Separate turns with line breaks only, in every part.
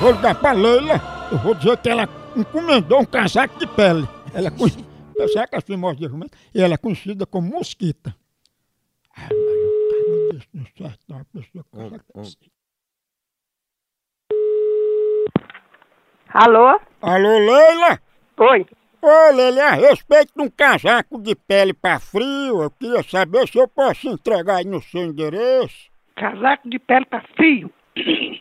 Vou ligar pra Leila, eu vou dizer que ela encomendou um casaco de pele. Ela é conhecida, será que as fimose de jumento? E ela é conhecida como mosquita. Ah, mas o cara não deixa no certo, não, a pessoa assim. com essa-
Alô?
Alô, Leila?
Oi.
Ô, Leila, a respeito de um casaco de pele pra frio, eu queria saber se eu posso entregar aí no seu endereço.
Casaco de pele tá frio.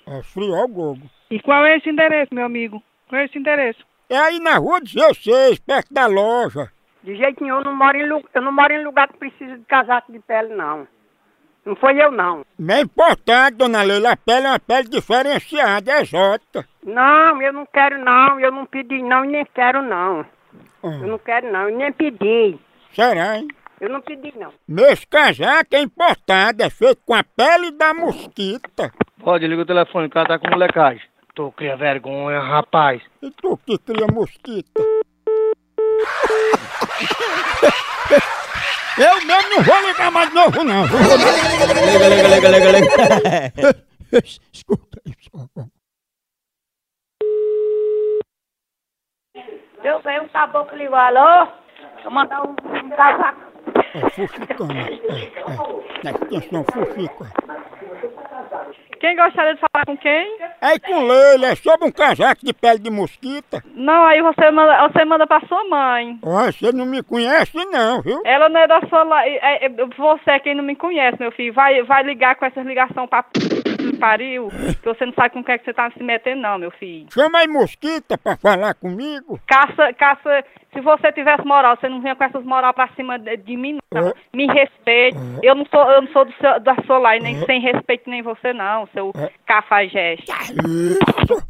É frio ao gogo.
E qual é esse endereço, meu amigo? Qual é esse endereço?
É aí na rua 16, perto da loja.
De jeito nenhum, eu não moro em, lu- eu não moro em lugar que precisa de casaco de pele, não. Não foi eu, não.
Não é importado, dona Leila, a pele é uma pele diferenciada, é exótica.
Não, eu não quero, não. Eu não pedi, não, e nem quero, não. Eu
Ah,
não quero, não. E nem pedi.
será, hein?
Eu não pedi, não.
Meus casaco é importado, é feito com a pele da mosquita.
Ó, desliga o telefone, o cara tá com molecagem. Tu cria vergonha, rapaz.
E tu que cria mosquita? Eu mesmo não vou ligar mais de novo, não.
Liga, liga, liga, liga, liga.
Escuta um isso.
Eu venho um caboclo ali, alô? Vou mandar um, um casaco.
É fuxicando. É, é. Atenção, fuxica.
Quem gostaria de falar com quem?
Aí com leila, é sobre um casaco de pele de mosquita.
Não, aí você manda, você manda pra sua mãe.
Ó, você não me conhece não, viu?
Ela não é da sua. la- é- é- você é quem não me conhece, meu filho. Vai, vai ligar com essas ligações pra p que pariu. Que você não sabe com quem é que você tá se metendo, não, meu filho.
Chama aí mosquita pra falar comigo.
Caça, caça. Se você tivesse moral, você não vinha com essas moral pra cima de, de mim, não.
É.
Me respeite. Eu não sou, eu não sou do seu, da sua lá, e nem sem respeito nem você, não, seu
É.
cafajeste.
Isso.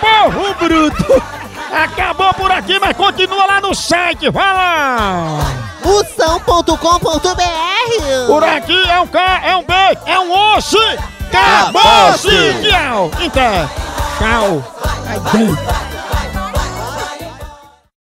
Porro bruto! Acabou por aqui, mas continua lá no site, vai lá!
Moção.com.br
Por aqui é um K, é um B, é um osso! Acabou-se! Tchau! Então, tchau! Ai, bem.